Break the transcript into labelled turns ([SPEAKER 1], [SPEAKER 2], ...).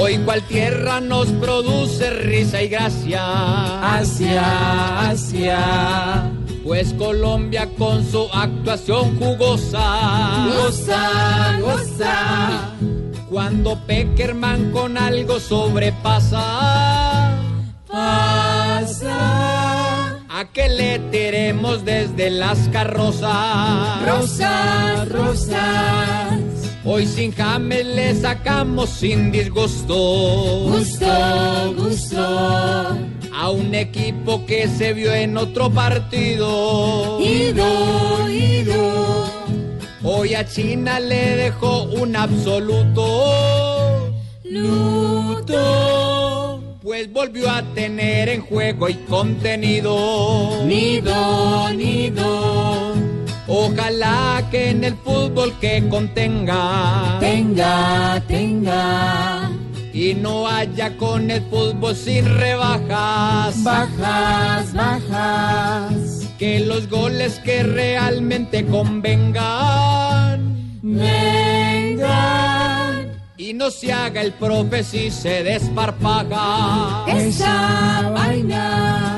[SPEAKER 1] Hoy cual tierra nos produce risa y gracia,
[SPEAKER 2] Asia, Asia,
[SPEAKER 1] pues Colombia con su actuación jugosa,
[SPEAKER 2] goza, goza,
[SPEAKER 1] cuando Peckerman con algo sobrepasa,
[SPEAKER 2] pasa,
[SPEAKER 1] a que le tiremos desde las carrozas.
[SPEAKER 2] rosas, rosas,
[SPEAKER 1] Hoy sin James le sacamos sin disgusto
[SPEAKER 2] gusto, gusto,
[SPEAKER 1] a un equipo que se vio en otro partido.
[SPEAKER 2] ido, ido,
[SPEAKER 1] Hoy a China le dejó un absoluto,
[SPEAKER 2] luto,
[SPEAKER 1] pues volvió a tener en juego y contenido.
[SPEAKER 2] nido, nido,
[SPEAKER 1] Ojalá que en el fútbol que contenga
[SPEAKER 2] tenga, tenga,
[SPEAKER 1] y no haya con el fútbol sin rebajas,
[SPEAKER 2] bajas, bajas,
[SPEAKER 1] que los goles que realmente convengan
[SPEAKER 2] vengan,
[SPEAKER 1] y no se
[SPEAKER 2] ¿Eh?
[SPEAKER 1] haga el profe si se desparpaga.
[SPEAKER 2] esa vaina.